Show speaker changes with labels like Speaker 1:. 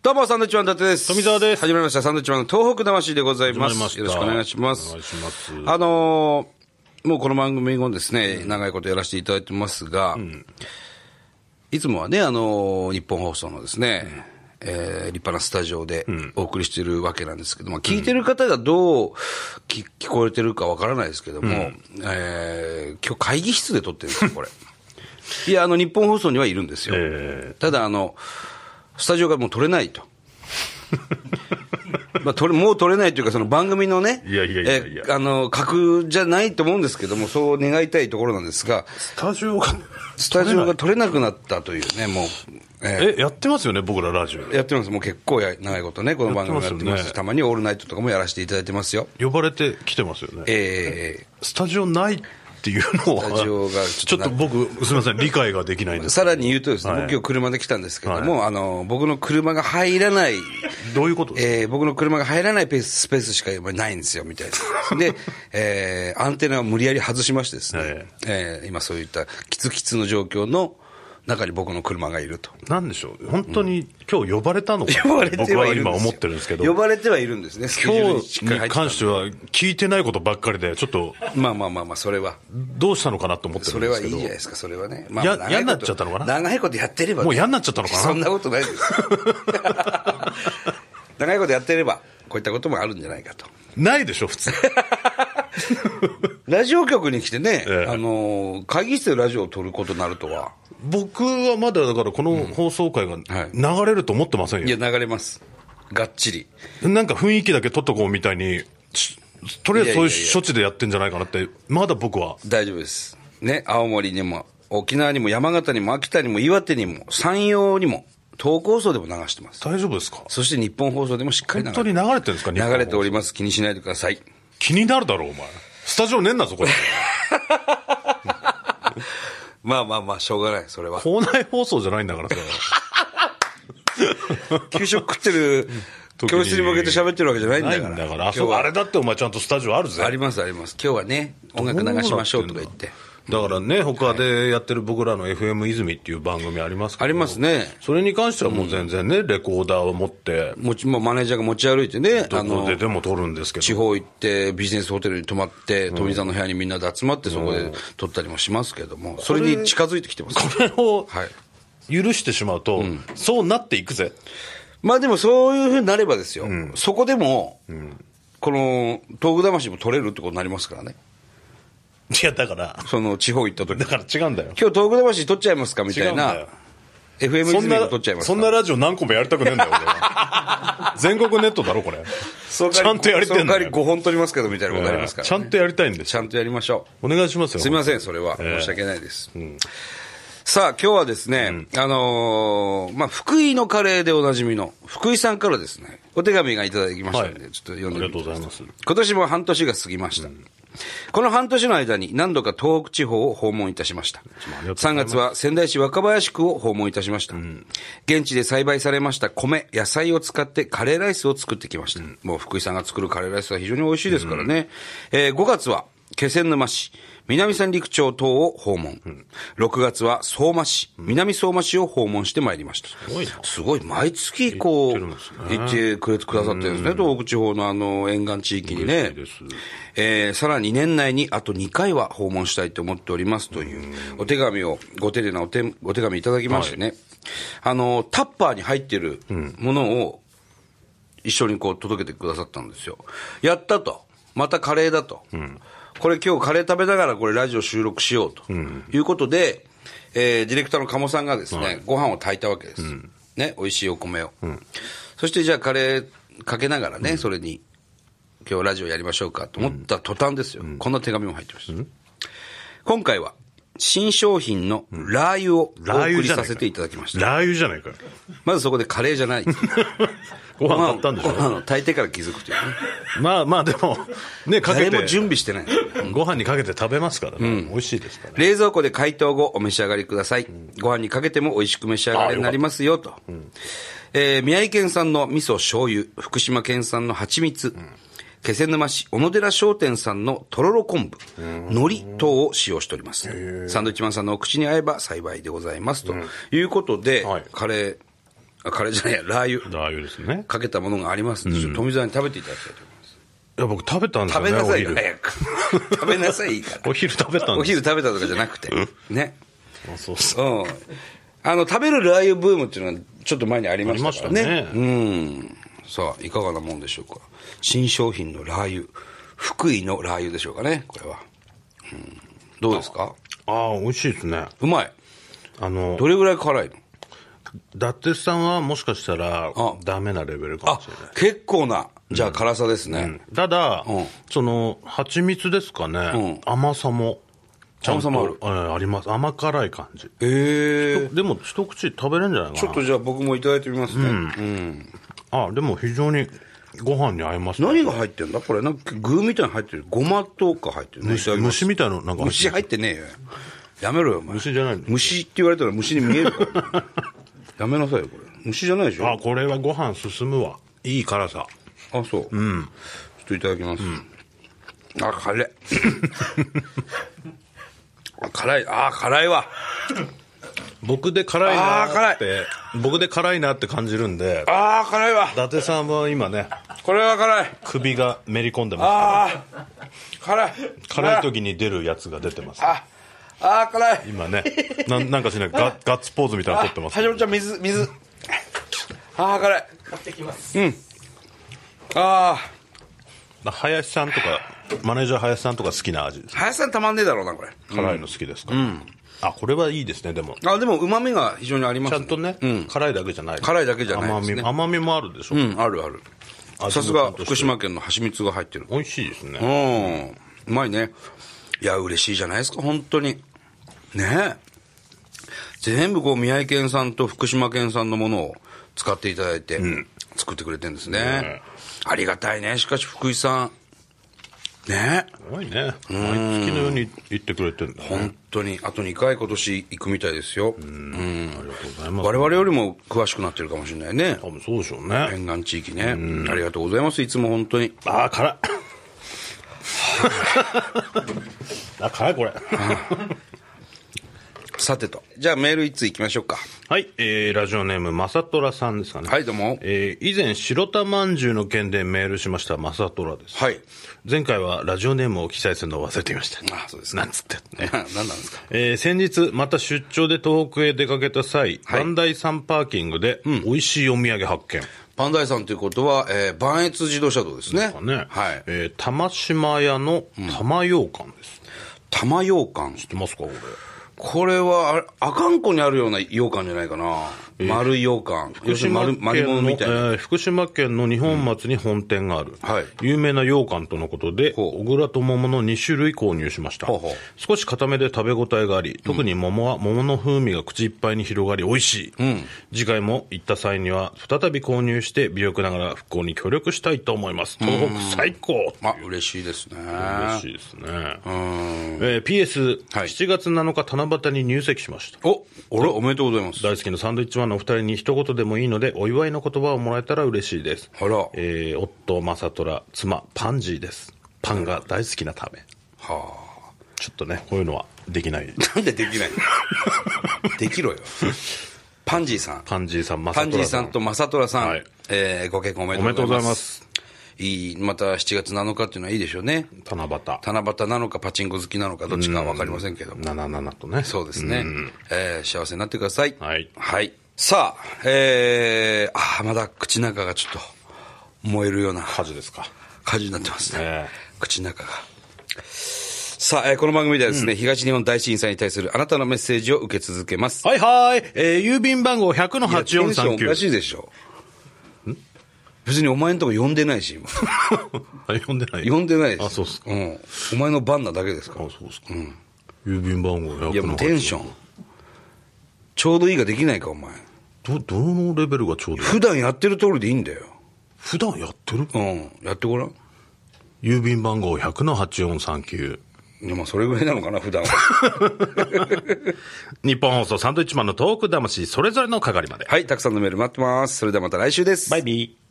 Speaker 1: どうも、サンドウィッチマン伊達です。
Speaker 2: 富澤です
Speaker 1: 始まりました。サンドウィッチマンの東北魂でございます。
Speaker 2: 始まりました
Speaker 1: よろしくお願いします。
Speaker 2: お願いします
Speaker 1: あのーもうこの番組もですね、長いことやらせていただいてますが、いつもはね、あのー日本放送のですね、えー立派なスタジオでお送りしてるわけなんですけども、聞いてる方がどうき聞こえてるかわからないですけども、えー今日会議室で撮ってるんですよ、これ。 いや、あの、日本放送にはいるんですよ。
Speaker 2: え
Speaker 1: ただあの、スタジオがもう取れないと。まあ、取れもう取れないというか、その番組のね、
Speaker 2: いやいやいやいや
Speaker 1: えあの格じゃないと思うんですけども、そう願いたいところなんですが、
Speaker 2: スタジオが、
Speaker 1: スタジオが取れなくなったというね、もう、え
Speaker 2: え、やってますよね、僕らラジオ。
Speaker 1: やってます、もう結構や長いことね、この番組やってます
Speaker 2: やってますよね
Speaker 1: たまにオールナイトとかもやらせていただいてますよ。
Speaker 2: 呼ばれてきてますよね。
Speaker 1: え
Speaker 2: スタジオないっていうのは、
Speaker 1: スタジオが
Speaker 2: ちょっと僕、すみません、理解ができないんで
Speaker 1: ー
Speaker 2: す
Speaker 1: さらに言うとですね、僕今日車で来たんですけども、あの、僕の車が入らない
Speaker 2: どういうことです
Speaker 1: えー僕の車が入らないペーススペースしか今ないんですよ、みたい な。で、えーアンテナを無理やり外しましてですね、
Speaker 2: え
Speaker 1: えー今そういったキツキツの状況の中に僕の車がいると。
Speaker 2: か、なんでしょう、本当に今日呼ばれたのか、
Speaker 1: 呼ばれてはいるんですよ
Speaker 2: 僕は今思ってるんですけど、
Speaker 1: 呼
Speaker 2: 今
Speaker 1: ばれてはいるんですね、スケジュールにし
Speaker 2: 日
Speaker 1: っかり入
Speaker 2: に
Speaker 1: ってたん
Speaker 2: 関
Speaker 1: で
Speaker 2: しては、聞いてないことばっかりで、ちょっと
Speaker 1: まあまあまあまあ、それは。
Speaker 2: どうしたのかなと思ってる
Speaker 1: そ
Speaker 2: ん
Speaker 1: れ
Speaker 2: で
Speaker 1: は
Speaker 2: す
Speaker 1: いいじ
Speaker 2: けど
Speaker 1: ゃない、ですか、それはね。まあ
Speaker 2: や
Speaker 1: まあ長いこと
Speaker 2: 嫌になっちゃったのかな
Speaker 1: 長いことやってれば。
Speaker 2: もう嫌になっちゃったのかな
Speaker 1: そんなことないで す。長いことやってれば、こういったこともあるんじゃないかと。
Speaker 2: ないでしょ、普通、
Speaker 1: ラジオ局に来てね、
Speaker 2: ええ
Speaker 1: あのー会議室でラジオを撮ることになるとは、
Speaker 2: 僕はまだだから、この放送回が
Speaker 1: はい
Speaker 2: 流れると思ってませんよ
Speaker 1: いや、、流れます、がっちり。
Speaker 2: なんか雰囲気だけ取っとこうみたいに、しとりあえずそう
Speaker 1: いやいやい
Speaker 2: い
Speaker 1: や
Speaker 2: う処置でやってんじゃないかなって、まだ僕は。
Speaker 1: 大丈夫です。ね、青森にも、沖縄にも、山形にも、秋田にも、岩手にも、山陽にも、東高層でも流してます。
Speaker 2: 大丈夫ですか
Speaker 1: そして日本放送でもしっかり流
Speaker 2: 本
Speaker 1: れ
Speaker 2: 当に流れてるんですか日本
Speaker 1: 流れております。気にしないでください。
Speaker 2: 気になるだろう、お前。スタジオねんなぞ、 これ。
Speaker 1: まあまあまあ、しょうがない、それは。
Speaker 2: 校内放送じゃないんだからさ。
Speaker 1: 給食食って る、教室に向けて喋ってるわけじゃないんだから。
Speaker 2: だから、あ
Speaker 1: 今
Speaker 2: そ
Speaker 1: 日
Speaker 2: こ、
Speaker 1: は
Speaker 2: あれだってお前ちゃんとスタジオあるぜ。
Speaker 1: ありますあります。今日はね、音楽流しましょうとか言って。
Speaker 2: だからね、他でやってる僕らの FM 泉っていう番組ありますけど
Speaker 1: ありますね。
Speaker 2: それに関してはもう全然ね、レコーダーを持って、
Speaker 1: 持ち、もうマネージャーが持ち歩いてね、あ
Speaker 2: ど
Speaker 1: の
Speaker 2: こででも撮るんですけ
Speaker 1: 地
Speaker 2: ど。
Speaker 1: 方行って、ビジネスホテルに泊まって、富さんの部屋にみんなで集まって、そこで撮ったりもしますけども、それに近づいてきてます。
Speaker 2: それを
Speaker 1: はい。
Speaker 2: 許してしまうと、そうなっていくぜ。
Speaker 1: まあでも、そういうふうになればですよ、そこでも、この、東北魂も撮れるってことになりますからね。
Speaker 2: いや、だから、
Speaker 1: その、地方行った時
Speaker 2: だから違う んだよ。
Speaker 1: 今日東北魂撮っちゃいますかみたい
Speaker 2: 違うんだ
Speaker 1: な
Speaker 2: よ、
Speaker 1: FM
Speaker 2: そ
Speaker 1: 泉
Speaker 2: ん
Speaker 1: が
Speaker 2: な
Speaker 1: 撮っちゃいますか
Speaker 2: そんなラジオ何個もやりたくねえんだよ、俺 は全国ネットだろ、これ。
Speaker 1: その代
Speaker 2: ちゃ
Speaker 1: わ
Speaker 2: んとやりてん
Speaker 1: その
Speaker 2: だ
Speaker 1: 代わり
Speaker 2: よ。
Speaker 1: 5本撮りますけど、みたいなことありますから、ね
Speaker 2: ちゃんとやりたいんで
Speaker 1: ち
Speaker 2: す。
Speaker 1: ゃんとやりましょう。
Speaker 2: お願いしますよ。
Speaker 1: すみません、それは。
Speaker 2: ええ
Speaker 1: 申し訳ないです。さあ、今日はですね、あのーまあ、福井のカレーでおなじみの、福井さんからですね、お手紙がいただきましたので、
Speaker 2: はい
Speaker 1: ちょっと読んで
Speaker 2: あ
Speaker 1: み
Speaker 2: り
Speaker 1: てく
Speaker 2: がとう
Speaker 1: だ
Speaker 2: ご
Speaker 1: さ
Speaker 2: ざ
Speaker 1: い
Speaker 2: い。ます。
Speaker 1: 今年も半年が過ぎました。この半年の間に何度か東北地方を訪問いたしました。
Speaker 2: りがとうござ
Speaker 1: 3
Speaker 2: います
Speaker 1: 月は仙台市若林区を訪問いたしました。現地で栽培されました米、野菜を使ってカレーライスを作ってきました。もう福井さんが作るカレーライスは非常に美味しいですからね。えー5月は気仙沼市、南三陸町等を訪問。6月は相馬市、南相馬市を訪問してまいりました。す
Speaker 2: ごいな
Speaker 1: すごい、毎月こう、行ってくれてくださってるんですね、東北地方のあの沿岸地域にね。えーさらに年内にあと2回は訪問したいと思っておりますというお手紙を、ご丁寧なお手お手紙いただきましてね、あの、タッパーに入ってるものを一緒にこう届けてくださったんですよ。やったと。またカレーだと。これ今日カレー食べながらこれラジオ収録しようと。いうことで、えーディレクターの鴨さんがですね、ご飯を炊いたわけです。ね、美味しいお米を。そしてじゃあカレーかけながらね、それに、今日ラジオやりましょうかと思った途端ですよ。こんな手紙も入ってました。今回は、新商品のラー油をお
Speaker 2: ラー
Speaker 1: 送
Speaker 2: 油
Speaker 1: り
Speaker 2: じゃな
Speaker 1: さ
Speaker 2: いか
Speaker 1: せていただきました。
Speaker 2: ラー油じゃないかよ。
Speaker 1: まずそこでカレーじゃ ない。
Speaker 2: ご飯買ったんでし
Speaker 1: ご
Speaker 2: ょ
Speaker 1: 飯を炊いてから気づくというね。
Speaker 2: まあまあ、でも、ね、かけ
Speaker 1: 誰も
Speaker 2: て、
Speaker 1: 準備してない。
Speaker 2: ご飯にかけて食べますからね。美味しいですからね。
Speaker 1: 冷蔵庫で解凍後お召し上がりください。ご飯にかけても美味しく召し上がりになりますよと。えー宮城県産の味噌醤油、福島県産の蜂蜜、気仙沼市小野寺商店さんのとろろ昆布、海苔等を使用しております。サンドウィッチマンさんのお口に合えば幸いでございます。ということで、
Speaker 2: はい
Speaker 1: カレー、あカレーじゃないや、ラー油、
Speaker 2: ラー油ですね。
Speaker 1: かけたものがありますんで、ちょっと富澤に食べていただきたいと思います。
Speaker 2: いや、僕食べたんです
Speaker 1: 食
Speaker 2: よ
Speaker 1: べ
Speaker 2: ね、
Speaker 1: な
Speaker 2: お
Speaker 1: さいよ、
Speaker 2: 昼。
Speaker 1: 早く。 食べなさい、いいから。
Speaker 2: お昼食べたん
Speaker 1: お
Speaker 2: です
Speaker 1: 昼食べたとかじゃなくて。ね。
Speaker 2: あそうそう。
Speaker 1: うん。あの、食べるラー油ブームっていうのは、ちょっと前にありましたからね。
Speaker 2: ありました
Speaker 1: うん。さあ、いかがなもんでしょうか。新商品のラー油。福井のラー油でしょうかね、これは。うんどうですか
Speaker 2: ああ、美味しいですね。
Speaker 1: うまい。
Speaker 2: あの、
Speaker 1: どれぐらい辛いの
Speaker 2: 伊達さんはもしかしたら
Speaker 1: あ、
Speaker 2: ダメなレベルか
Speaker 1: あ
Speaker 2: もしれない。、
Speaker 1: 結構な、じゃあ辛さですね。
Speaker 2: ただ、
Speaker 1: うん
Speaker 2: その、蜂蜜ですかね、
Speaker 1: う
Speaker 2: 甘さも。ちゃんと
Speaker 1: 甘さもある
Speaker 2: えーあります。甘辛い感じ。
Speaker 1: へえ
Speaker 2: でも、一口食べれるんじゃない
Speaker 1: ちょ
Speaker 2: か
Speaker 1: っ
Speaker 2: な
Speaker 1: と。じゃあ僕もいただいてみますね。うん
Speaker 2: あ、でも非常にご飯に合いますね。
Speaker 1: 何が入ってんだこれ、なんか具みたいに入ってる。ごまとか入ってる。
Speaker 2: 虫虫みたいなのなんか入ってる
Speaker 1: 虫入ってねえよ。やめろよ、お前。
Speaker 2: 虫じゃないの
Speaker 1: 虫って言われたら虫に見える から。やめなさいよ、これ。虫じゃないでし
Speaker 2: あ、
Speaker 1: ょ
Speaker 2: これはご飯進むわ。いい辛さ。
Speaker 1: あ、そう。ちょっといただきます。あ、辛い。 あ辛い。あ、辛いわ。
Speaker 2: 僕で辛い
Speaker 1: あ
Speaker 2: な
Speaker 1: ー辛
Speaker 2: ー
Speaker 1: い
Speaker 2: って、僕で辛いなって感じるんで、
Speaker 1: あ、辛いわ。
Speaker 2: 伊達さんは今ね、
Speaker 1: これは辛い。
Speaker 2: 首がめり込んでま
Speaker 1: あー辛い。
Speaker 2: す。辛い時に出るやつが出てます。
Speaker 1: あ、あー、辛い。
Speaker 2: 今ね、ななんかしないガガッツポーズみたいなの撮ってます。
Speaker 1: はじめちゃん水水ああ辛い買ってきますうんああ
Speaker 2: 林さんとか、マネージャー林さんとか好きな味です。
Speaker 1: 林さんたまんねえだろうなこれ
Speaker 2: 辛いの好きですか、あ、これはいいですね、でも。
Speaker 1: あでもうまみが非常にありま
Speaker 2: ち
Speaker 1: す
Speaker 2: ゃんとね、辛いだけじゃない。
Speaker 1: 辛いだけじゃない
Speaker 2: 甘
Speaker 1: です
Speaker 2: み
Speaker 1: ね、
Speaker 2: 甘みもあるでしょ。
Speaker 1: うんあるある
Speaker 2: 味も
Speaker 1: さすが福島県の蜂蜜が入ってる
Speaker 2: 美味しいですね。
Speaker 1: うんうまいねいや嬉しいじゃないですか本当にねえ全部こう宮城県産と福島県産のものを使っていただいて作ってくれてるんですね、ありがたいねしかし福井さんねえ
Speaker 2: すごいね。毎月のように行ってくれてるんだ、ね。
Speaker 1: 本当に、あと2回今年行くみたいですよ。
Speaker 2: ありがとうございます。
Speaker 1: 我々よりも詳しくなってるかもしれないね。
Speaker 2: 多分そうでしょうね。
Speaker 1: 沿岸地域ね。ありがとうございます。いつも本当に。
Speaker 2: あー、辛い。 あ、辛いこれ。
Speaker 1: さてと。じゃあメールいつ行きましょうか。
Speaker 2: はい、えー、ラジオネーム、まさとらさんですかね。
Speaker 1: はい、どうも。
Speaker 2: えー以前、白田まんじゅうの件でメールしました、まさとらです。
Speaker 1: はい。
Speaker 2: 前回はラジオネームを記載するのを忘れていました。
Speaker 1: あ、そうですね。
Speaker 2: なんつって。
Speaker 1: 何なんですか。
Speaker 2: えー先日、また出張で東北へ出かけた際、
Speaker 1: い
Speaker 2: 磐梯山パーキングで、美味しいお土産発見。
Speaker 1: パンダイさんということは、えー、磐越自動車道ですね。
Speaker 2: ね
Speaker 1: はい。
Speaker 2: えー玉島屋の玉羊羹です。
Speaker 1: 玉羊羹。
Speaker 2: 知ってますかこれ。
Speaker 1: これは、あ阿寒湖にあるような羊羹じゃないかな。丸い羊羹。要
Speaker 2: 福
Speaker 1: するに
Speaker 2: 島
Speaker 1: 丸、
Speaker 2: 県の、え
Speaker 1: 丸いものみたいな。
Speaker 2: ー福島県の日本松に本店がある。
Speaker 1: はい
Speaker 2: 有名な羊羹とのことで、
Speaker 1: ほう
Speaker 2: 小倉と桃の2種類購入しました。
Speaker 1: ほうほう
Speaker 2: 少し固めで食べ応えがあり、特に桃は桃の風味が口いっぱいに広がり美味しい。次回も行った際には、再び購入して、微力ながら復興に協力したいと思います。東北最高
Speaker 1: まあ、嬉しいですね。
Speaker 2: 嬉しいですね。えー PS、
Speaker 1: はい
Speaker 2: 7月7日七夕に入籍しました。
Speaker 1: お、俺、おめでとうございます。
Speaker 2: 大好きなサンドイッチマンのお二人に一言でもいいので、お祝いの言葉をもらえたら嬉しいです。
Speaker 1: あら
Speaker 2: えー、夫、正虎、妻、パンジーです。パンが大好きなため。
Speaker 1: はあ。
Speaker 2: ちょっとね、こういうのはできない。
Speaker 1: なんでできないの できろよ。パンジーさん。
Speaker 2: パンジーさん、
Speaker 1: パ
Speaker 2: 正
Speaker 1: ンジー
Speaker 2: 虎
Speaker 1: さ
Speaker 2: さん。
Speaker 1: んとマサトラさん、
Speaker 2: はい
Speaker 1: えーご結婚おめで
Speaker 2: おめ
Speaker 1: と
Speaker 2: でと
Speaker 1: う
Speaker 2: う
Speaker 1: ご
Speaker 2: ご
Speaker 1: ざいま
Speaker 2: ざいますす。
Speaker 1: いい、また7月7日っていうのはいいでしょうね。
Speaker 2: 七夕。
Speaker 1: 七夕なのかパチンコ好きなのかどっちかはわかりませんけど。
Speaker 2: 七七とね。
Speaker 1: そうですね。えー幸せになってください。
Speaker 2: はい
Speaker 1: さあ、えー、あー、まだ口の中がちょっと燃えるような
Speaker 2: 火事ですか。
Speaker 1: 感じになってますね。
Speaker 2: え
Speaker 1: 口の中が。さあ、えーこの番組ではですね、東日本大震災に対するあなたのメッセージを受け続けます。
Speaker 2: ーはいはい、えー、郵便番号100の
Speaker 1: いやテンションおか
Speaker 2: 8439。
Speaker 1: しいでしょ別にお前んとこ呼んでないし今
Speaker 2: あ、呼んでない。
Speaker 1: 呼んでないです
Speaker 2: あ、そうっすか。
Speaker 1: ん、お前の番なだけです
Speaker 2: あ、
Speaker 1: から
Speaker 2: そうっすか。郵便番号
Speaker 1: いや
Speaker 2: 100
Speaker 1: もう
Speaker 2: の
Speaker 1: テンションちょうどいいができないかお前
Speaker 2: ど、どのレベルがちょうどいい
Speaker 1: 普段やってる通りでいいんだよ
Speaker 2: 普段やってる
Speaker 1: うんやってごらん
Speaker 2: 郵便番号100の8439。
Speaker 1: いやまあそれぐらいなのかな普 段は
Speaker 2: 日本放送サンドイッチマンのトーク魂、それぞれの係まで。
Speaker 1: はいたくさんのメール待ってますそれではまた来週です
Speaker 2: ビー。